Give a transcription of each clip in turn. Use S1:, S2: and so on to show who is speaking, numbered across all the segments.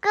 S1: 哥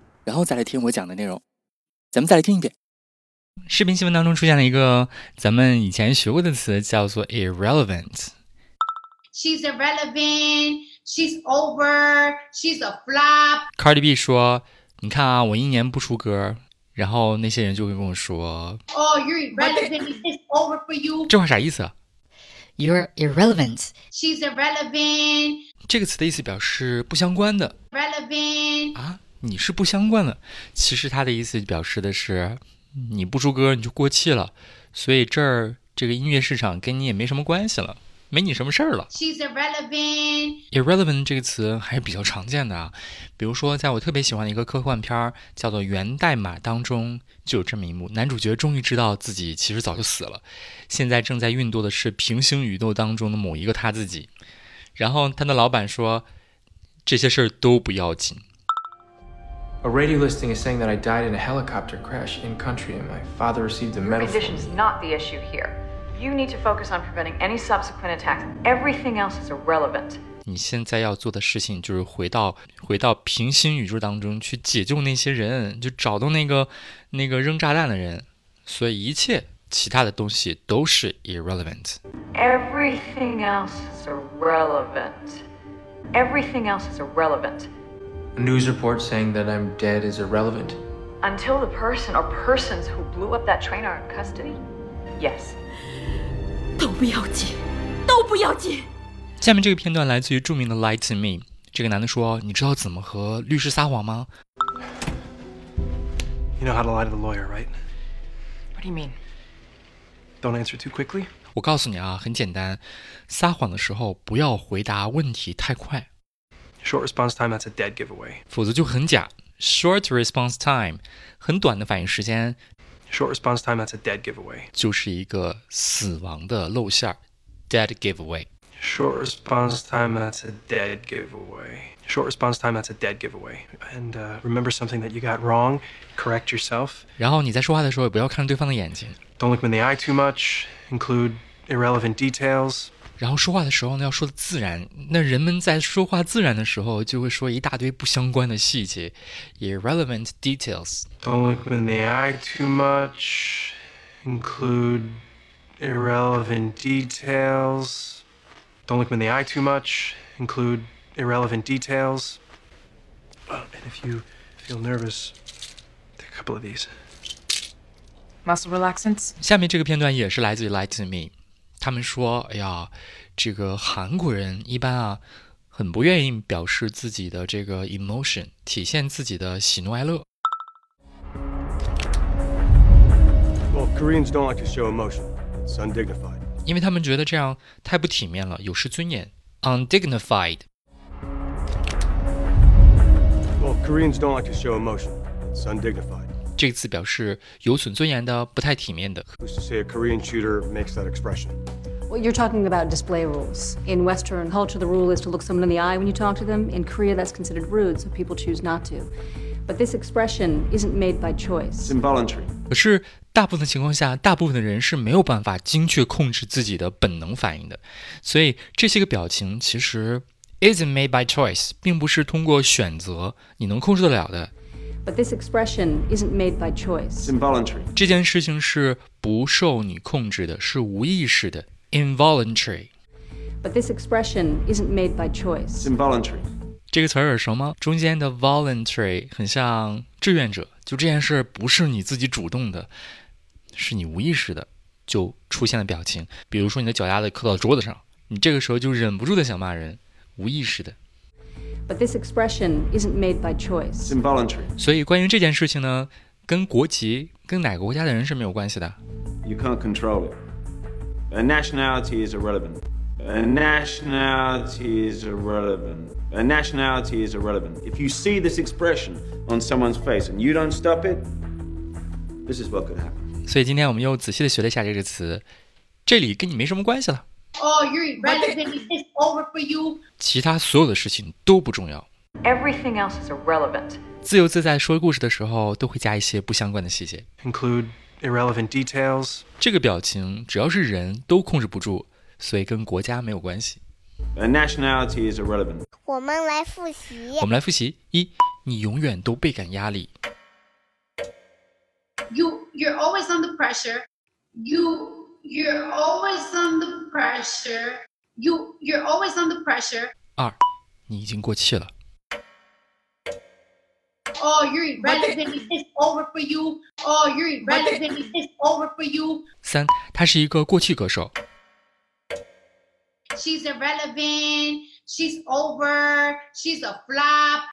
S2: 然后再来听我讲的内容。咱们再来听一遍。视频新闻当中出现了一个咱们以前学过的词，叫做 irrelevant。
S3: She's irrelevant. She's over. She's a flop.
S2: Cardi B 说：“你看啊，我一年不出歌，然后那些人就会跟我说，
S3: Oh, you're irrelevant. It's over for you.
S2: 这话啥意思啊？
S4: You're irrelevant.
S3: She's irrelevant.
S2: 这个词的意思表示不相关的
S3: Relevant.
S2: 啊，你是不相关的。其实它的意思表示的是你不出歌你就过气了，所以这儿这个音乐市场跟你也没什么关系了，没你什么事儿了。”
S3: She's irrelevant.
S2: irrelevant 这个词还是比较常见的啊，比如说，在我特别喜欢的一个科幻片儿叫做《源代码》当中，就有这么一幕：男主角终于知道自己其实早就死了，现在正在运作的是平行宇宙当中的某一个他自己。然后他的老板说，这些事儿都不要紧，
S5: A radio listing is saying that I died in a helicopter crash in country and my father received a medal. for
S6: Condition is
S5: it.
S6: not the issue here. You need to focus on preventing any subsequent attacks. Everything else is irrelevant.
S2: 你现在要做的事情就是回到回到平行宇宙当中去解救那些人，就找到那个那个扔炸弹的人。所以一切其他的东西都是 irrelevant。
S6: Everything else is irrelevant. Everything else is irrelevant.
S5: A news report saying that I'm dead is irrelevant.
S6: Until the person or persons who blew up that train are in custody? Yes.
S7: 都不要紧，都不要紧。
S2: 下面这个片段来自于著名的《Lie to Me》。这个男的说：“你知道怎么和律师撒谎吗
S8: You know how to lie to the lawyer, right?
S6: What do you mean?
S8: Don't answer too quickly.？”
S2: 我告诉你啊，很简单，撒谎的时候不要回答问题太快，
S8: Short response time, that's a dead giveaway.
S2: 否则就很假。Short response time，很短的反应时间，
S8: Short response time, that's a dead giveaway.
S2: 就是一个死亡的露馅儿，dead giveaway。
S8: Short response time, that's a dead giveaway. Short response time, that's a dead giveaway. And uh, remember something that you got wrong, correct yourself.
S2: 然后你在说话的时候也不要看着对方的眼睛，
S8: Don't look them in the eye too much, include irrelevant details.
S2: 然后说话的时候呢要说的自然。那人们在说话自然的时候，就会说一大堆不相关的细节，irrelevant details。
S8: Don't look them in the eye too much, include irrelevant details. Don't look them in the eye too much, include irrelevant details. Uh, and if you feel nervous, take a couple of these.
S6: Muscle relaxants?
S2: 下面这个片段也是来自于《Lie to Me》，他们说：“哎呀，这个韩国人一般啊，很不愿意表示自己的这个 emotion，体现自己的喜怒哀乐。
S9: Well, Koreans don't like to show emotion. It's undignified.
S2: 因为他们觉得这样太不体面了，有失尊严，undignified。
S9: Well, Koreans don't like to show emotion. It's undignified.
S2: 这个词表示有损尊严的、不太体面的。
S9: Who's to say a Korean shooter makes that expression?
S10: Well, you're talking about display rules. In Western culture, the rule is to look someone in the eye when you talk to them. In Korea, that's considered rude, so people choose not to. But this expression isn't made by choice.
S9: It's involuntary.
S2: 可是大部分情况下，大部分的人是没有办法精确控制自己的本能反应的，所以这些个表情其实 isn't made by choice，并不是通过选择你能控制得了的。
S10: But this expression isn't made by choice.
S9: It's involuntary.
S2: 这件事情是不受你控制的，是无意识的 involuntary。
S10: But this expression isn't made by choice.
S9: It's involuntary.
S2: 这个词儿耳熟吗？中间的 voluntary 很像志愿者，就这件事儿不是你自己主动的，是你无意识的就出现了表情。比如说你的脚丫子磕到桌子上，你这个时候就忍不住的想骂人，无意识的。
S10: But this expression isn't made by choice.
S9: It's involuntary.
S2: 所以关于这件事情呢，跟国籍、跟哪个国家的人是没有关系的。
S9: You can't control it. A nationality is irrelevant.
S11: A nationality is irrelevant. A nationality is irrelevant. If you see this expression on someone's face and you don't stop it, this is what could happen.
S2: 所以今天我们又仔细的学了一下这个词，这里跟你没什么关系了，
S3: Oh, you're irrelevant. Is this over for you?
S2: 其他所有的事情都不重要。
S6: Everything else is irrelevant.
S2: 自由自在说故事的时候，都会加一些不相关的细节。
S8: include irrelevant details.
S2: 这个表情只要是人都控制不住，所以跟国家没有关系。
S11: A nationality is irrelevant.
S12: 我们来复习
S2: 我。们来复习：一，你永远都倍感压力；
S3: You you're always under pressure. You you're always under pressure. You you're always under pressure.
S2: 二，你已经过气了；
S3: Oh, you're irrelevant. Is this over for you? Oh, you're irrelevant. Is this over for you?
S2: 三，他是一个过气歌手；
S3: She's irrelevant. She's over. She's a flop.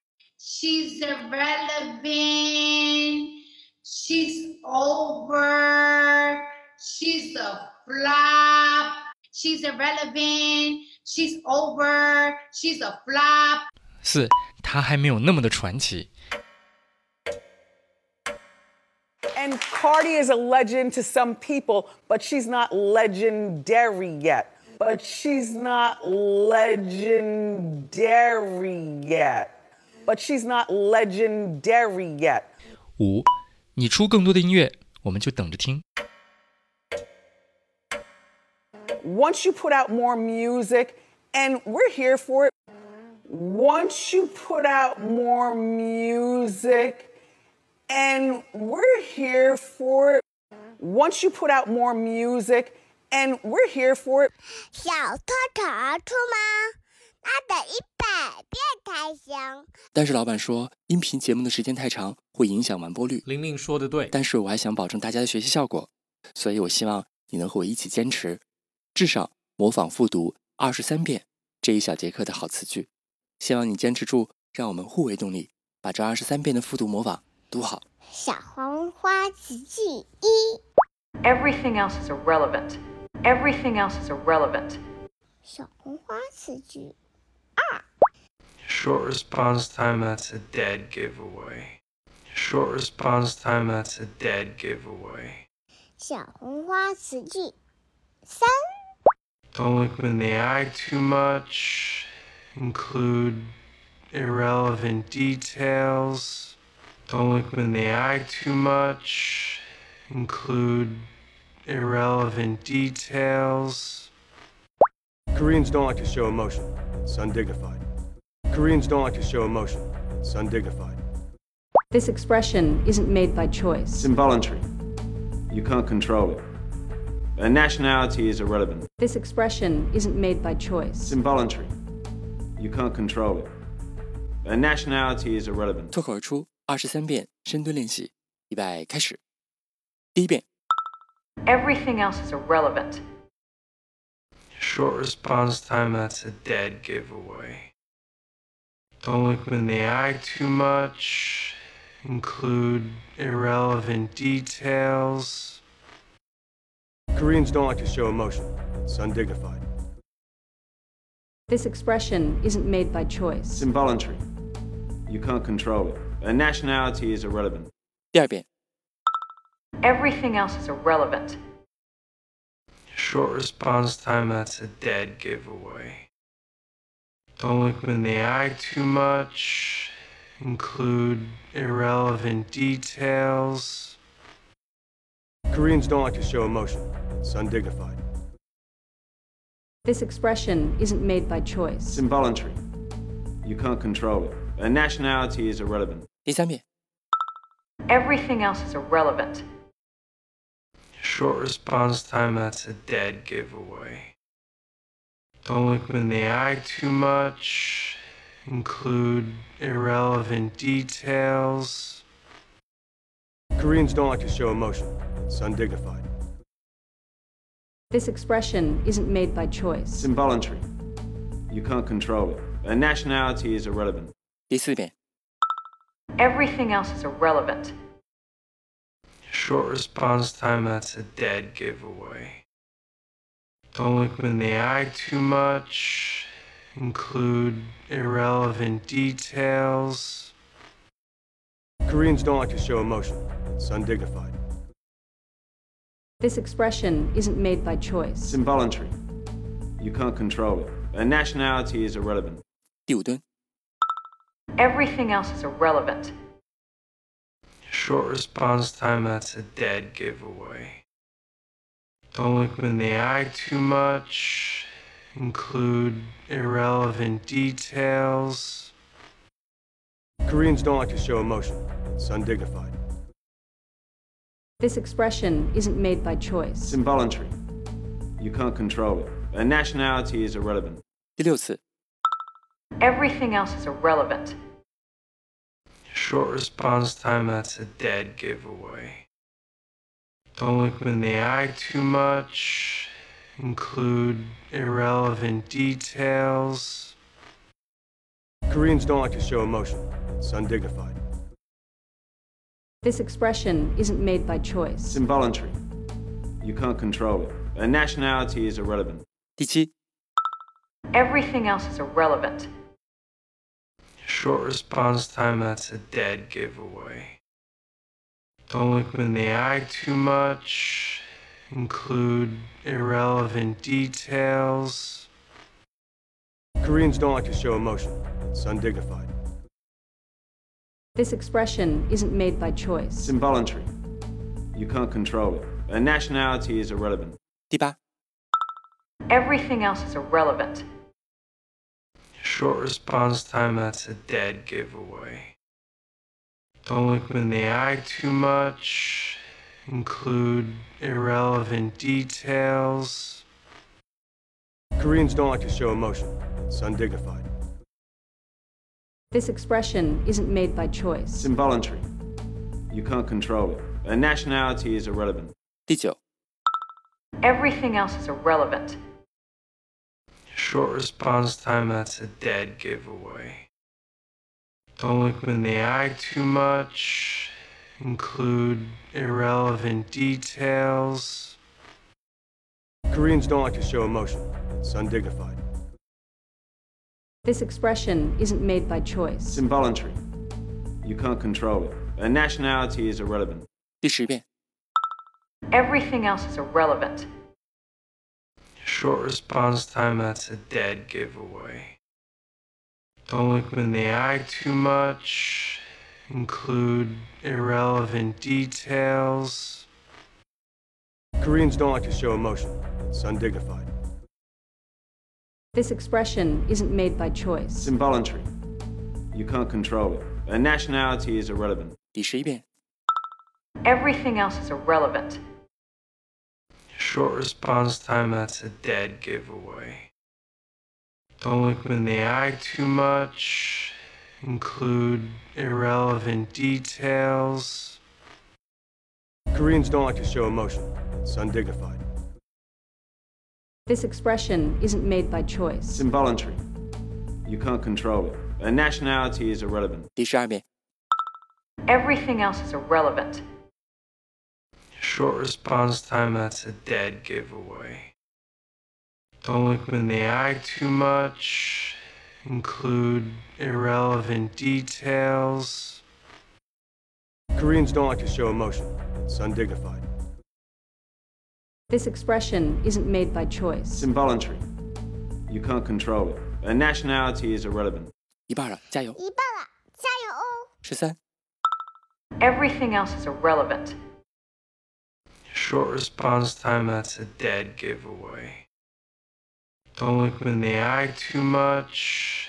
S3: She's irrelevant. She's over. She's a flop. She's irrelevant. She's over. She's a flop.
S2: 四，他还没有那么的传奇；
S13: And Cardi is a legend to some people, but she's not legendary yet. But she's not legendary yet. But she's not legendary yet.
S2: 五，你出更多的音乐，我们就等着听；
S13: Once you put out more music, and we're here for it. Once you put out more music, and we're here for it. Once you put out more music, and we're here for it.
S12: 小偷逃出吗？那得一百遍才行。
S14: 但是老板说，音频节目的时间太长，会影响完播率。
S15: 玲玲说的对，
S14: 但是我还想保证大家的学习效果，所以我希望你能和我一起坚持，至少模仿复读二十三遍这一小节课的好词句。希望你坚持住，让我们互为动力，把这二十三遍的复读模仿读好。
S1: 小黄花词句一，
S6: Everything else is irrelevant. Everything else is irrelevant.
S1: 小红花词句
S8: Short response time, that's a dead giveaway. Short response time, that's a dead giveaway.
S1: 小红花词句三，
S8: Don't look 'em in the eye too much. Include irrelevant details. Don't look 'em in the eye too much. Include irrelevant details.
S9: Koreans don't like to show emotion. It's undignified. Koreans don't like to show emotion. It's undignified.
S10: This expression isn't made by choice.
S11: It's involuntary. You can't control it. A nationality is irrelevant.
S10: This expression isn't made by
S11: It's
S10: choice.
S11: involuntary. You can't control it. A nationality is irrelevant.
S14: 脱口而出二十三遍深蹲练习，预备开始。第一遍，
S6: Everything else is irrelevant.
S8: Short response time, that's a dead giveaway. Don't look 'em in the eye too much. Include irrelevant details.
S9: Koreans don't like to show emotion. It's undignified.
S10: This expression isn't made by
S11: It's
S10: choice.
S11: involuntary. You can't control it. A nationality is irrelevant.
S14: 第二遍，
S6: Everything else is irrelevant.
S8: Short response time, that's a dead giveaway. Don't look 'em in the eye too much. Include irrelevant details.
S9: Koreans don't like to show emotion. It's undignified.
S10: This expression isn't made by
S11: It's
S10: choice.
S11: involuntary. You can't control it. A nationality is irrelevant.
S14: 第三遍，
S6: Everything else is irrelevant.
S8: Short response time, that's a dead giveaway. Don't look 'em in the eye too much. Include irrelevant details.
S9: Koreans don't like to show emotion. It's undignified.
S10: This expression isn't made by
S11: It's
S10: choice.
S11: involuntary. You can't control it. A nationality is irrelevant.
S14: 第四遍，
S6: Everything else is irrelevant.
S8: Short response time, that's a dead giveaway. Don't look them in the eye too much. Include irrelevant details.
S9: Koreans don't like to show emotion, it's undignified.
S10: This expression isn't made by choice.
S11: It's involuntary. You can't control it. A nationality is irrelevant.
S14: 第五顿，
S6: Everything else is irrelevant.
S8: Short response time, that's a dead giveaway. Don't look them in the eye too much. Include irrelevant details.
S9: Koreans don't like to show emotion, it's undignified.
S10: This expression isn't made by
S11: It's
S10: choice.
S11: involuntary. You can't control it. A nationality is irrelevant.
S14: 第六次，
S6: Everything else is irrelevant.
S8: Short response time, that's a dead giveaway. Don't look them in the eye too much. Include irrelevant details.
S9: Koreans don't like to show emotion, it's undignified.
S10: This expression isn't made by
S11: It's
S10: choice.
S11: involuntary. You can't control it. A nationality is irrelevant.
S14: 第七，
S6: Everything else is irrelevant.
S8: Short response time, that's a dead giveaway. Don't look them in the eye too much. Include irrelevant details.
S9: Koreans don't like to show emotion, it's undignified.
S10: This expression isn't made by
S11: It's
S10: choice.
S11: involuntary. You can't control it. A nationality is irrelevant.
S14: 第八，
S6: Everything else is irrelevant.
S8: Short response time, that's a dead giveaway. Don't look them in the eye too much. Include irrelevant details.
S9: Koreans don't like to show emotion, it's undignified.
S10: This expression isn't made by
S11: It's
S10: choice.
S11: involuntary. You can't control it. A nationality is irrelevant.
S14: 第九，
S6: Everything else is irrelevant.
S8: Short response time, that's a dead giveaway. Don't look them in the eye too much. Include irrelevant details.
S9: Koreans don't like to show emotion, it's undignified.
S10: This expression isn't made by
S11: It's
S10: choice.
S11: involuntary. You can't control it. A nationality is irrelevant.
S14: 第十遍，
S6: Everything else is irrelevant.
S8: Short response time, that's a dead giveaway. Don't look them in the eye too much. Include irrelevant details.
S9: Koreans don't like to show emotion, it's undignified.
S10: This expression isn't made by
S11: It's
S10: choice.
S11: involuntary. You can't control it. A nationality is irrelevant.
S14: 第十一遍，
S6: Everything else is irrelevant.
S8: Short response time, that's a dead giveaway. Don't look them in the eye too much. Include irrelevant details.
S9: Koreans don't like to show emotion, it's undignified.
S10: This expression isn't made by
S11: It's
S10: choice.
S11: involuntary. You can't control it. A nationality is irrelevant.
S14: 第十二遍，
S6: Everything else is irrelevant.
S8: Short response time, that's a dead giveaway. Don't look them in the eye too much. Include irrelevant details.
S9: Koreans don't like to show emotion, it's undignified.
S10: This expression isn't made by
S11: It's
S10: choice.
S11: involuntary. You can't control it. A nationality is irrelevant.
S14: 一半了，加油！
S12: 一半了，加油哦！
S14: 十三、
S6: Everything else is irrelevant.
S8: Short response time, that's a dead giveaway. Don't look them in the eye too much.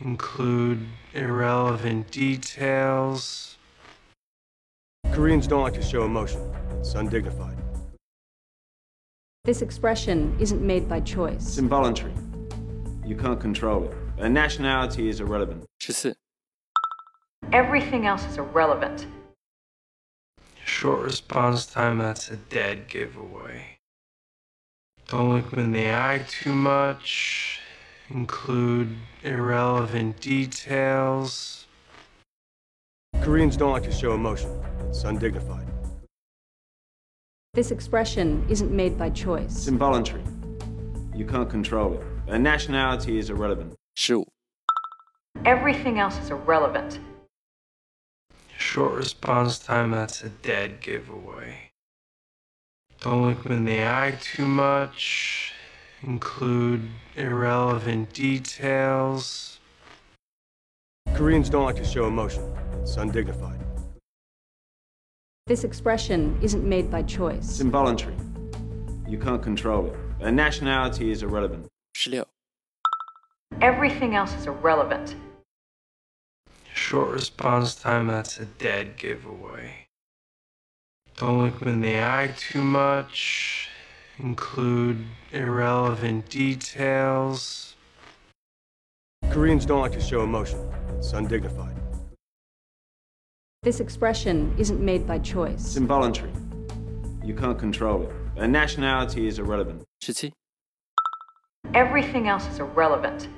S8: Include irrelevant details.
S9: Koreans don't like to show emotion, it's undignified.
S10: This expression isn't made by
S11: It's
S10: choice.
S11: involuntary. You can't control it. A nationality is irrelevant.
S14: 十四、
S6: Everything else is irrelevant.
S8: Short response time, that's a dead giveaway. Don't look them in the eye too much. Include irrelevant details.
S9: Koreans don't like to show emotion, it's undignified.
S10: This expression isn't made by
S11: It's
S10: choice.
S11: involuntary. You can't control it. A nationality is irrelevant.
S14: 十五
S6: Everything else is irrelevant.
S8: Short response time, that's a dead giveaway. Don't look them in the eye too much. Include irrelevant details.
S9: Koreans don't like to show emotion. It's undignified.
S10: This expression isn't made by choice.
S11: It's involuntary. You can't control it. A nationality is irrelevant.
S14: 十六
S6: Everything else is irrelevant.
S8: Short response time, that's a dead giveaway. Don't look them in the eye too much. Include irrelevant details.
S9: Koreans don't like to show emotion. It's undignified.
S10: This expression isn't made by
S11: It's
S10: choice.
S11: involuntary. You can't control it. A nationality is irrelevant.
S14: 十七
S6: Everything else is irrelevant.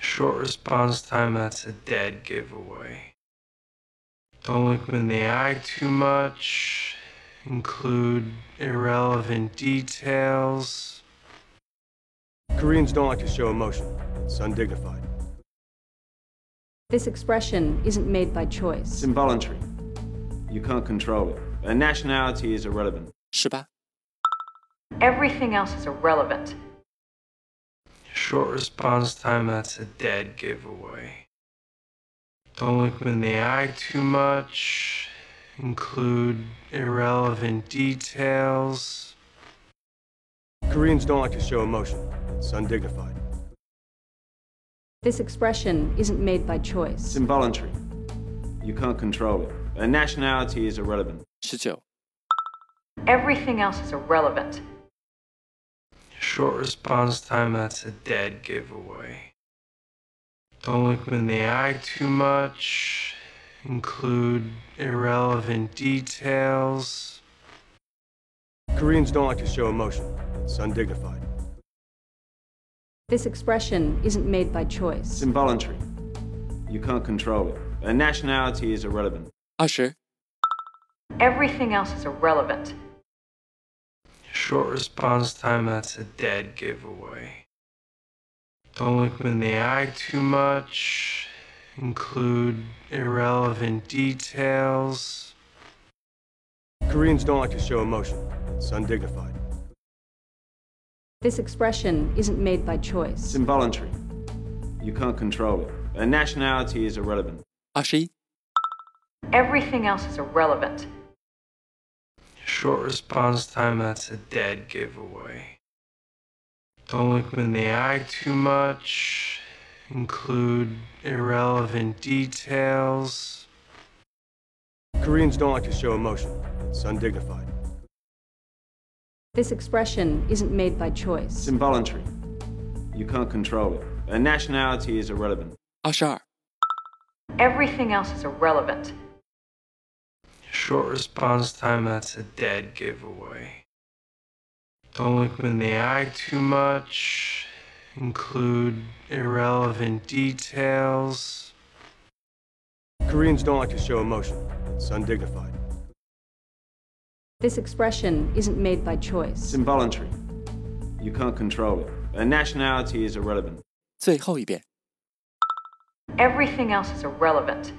S8: Short response time, that's a dead giveaway. Don't look them in the eye too much. Include irrelevant details.
S9: Koreans don't like to show emotion. It's undignified.
S10: This expression isn't made by
S11: It's
S10: choice.
S11: involuntary. You can't control it. A nationality is irrelevant.
S14: 十八
S6: Everything else is irrelevant.
S8: Short response time, that's a dead giveaway. Don't look them in the eye too much. Include irrelevant details.
S9: Koreans don't like to show emotion. It's undignified.
S10: This expression isn't made by
S11: It's
S10: choice.
S11: involuntary. You can't control it. A nationality is irrelevant.
S14: 十九
S6: Everything else is irrelevant.
S8: Short response time, that's a dead giveaway. Don't look them in the eye too much. Include irrelevant details.
S9: Koreans don't like to show emotion. It's undignified.
S10: This expression isn't made by
S11: It's
S10: choice.
S11: involuntary. You can't control it. A nationality is irrelevant.
S14: 二十
S6: Everything else is irrelevant.
S8: Short response time, that's a dead giveaway. Don't look them in the eye too much. Include irrelevant details.
S9: Koreans don't like to show emotion. It's undignified.
S10: This expression isn't made by
S11: It's
S10: choice.
S11: involuntary. You can't control it. A nationality is irrelevant.
S14: 二十一
S6: Everything else is irrelevant.
S8: Short response time, that's a dead giveaway. Don't look them in the eye too much. Include irrelevant details.
S9: Koreans don't like to show emotion. It's undignified.
S10: This expression isn't made by
S11: It's
S10: choice.
S11: involuntary. You can't control it. A nationality is irrelevant.
S14: 二十二
S6: Everything else is irrelevant.
S8: Short response time, that's a dead giveaway. Don't look them in the eye too much. Include irrelevant details.
S9: Koreans don't like to show emotion. It's undignified.
S10: This expression isn't made by
S11: It's
S10: choice.
S11: involuntary. You can't control it. A nationality is irrelevant.
S14: 最后一遍
S6: Everything else is irrelevant.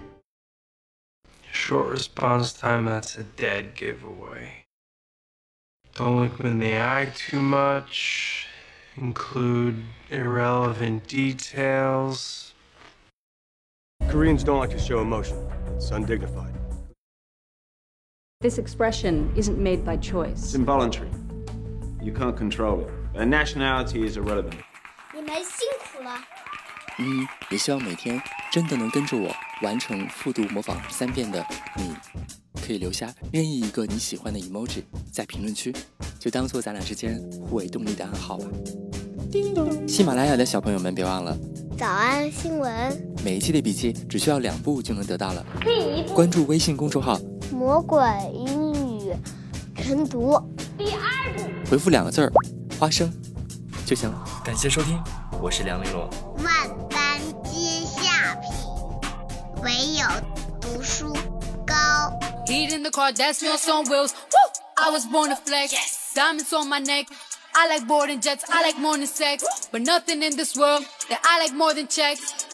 S8: Short response time, that's a dead giveaway. Don't look them in the eye too much. Include irrelevant details.
S9: Koreans don't like to show emotion. It's undignified.
S10: This expression isn't made by
S11: It's
S10: choice.
S11: involuntary. You can't control it. A nationality is irrelevant.
S12: 你们辛苦了。
S14: 嗯，也希望每天真的能跟着我完成复读模仿三遍的你，可以留下任意一个你喜欢的 emoji 在评论区，就当做咱俩之间互为动力的暗号吧。喜马拉雅的小朋友们，别忘了
S12: 早安新闻，
S14: 每一期的笔记只需要两步就能得到了。
S16: 可以一
S14: 关注微信公众号，
S16: 魔鬼英语晨读。
S14: 回复两个字儿“花生”就行了。感谢收听，我是梁丽罗。
S12: 万般皆下品，唯有读书高。
S15: Heat in the car, that's me on some wheels. Woo! I was born to flex. Diamonds on my neck, I like boarding jets, I like morning sex, but nothing in this world that I like more than checks.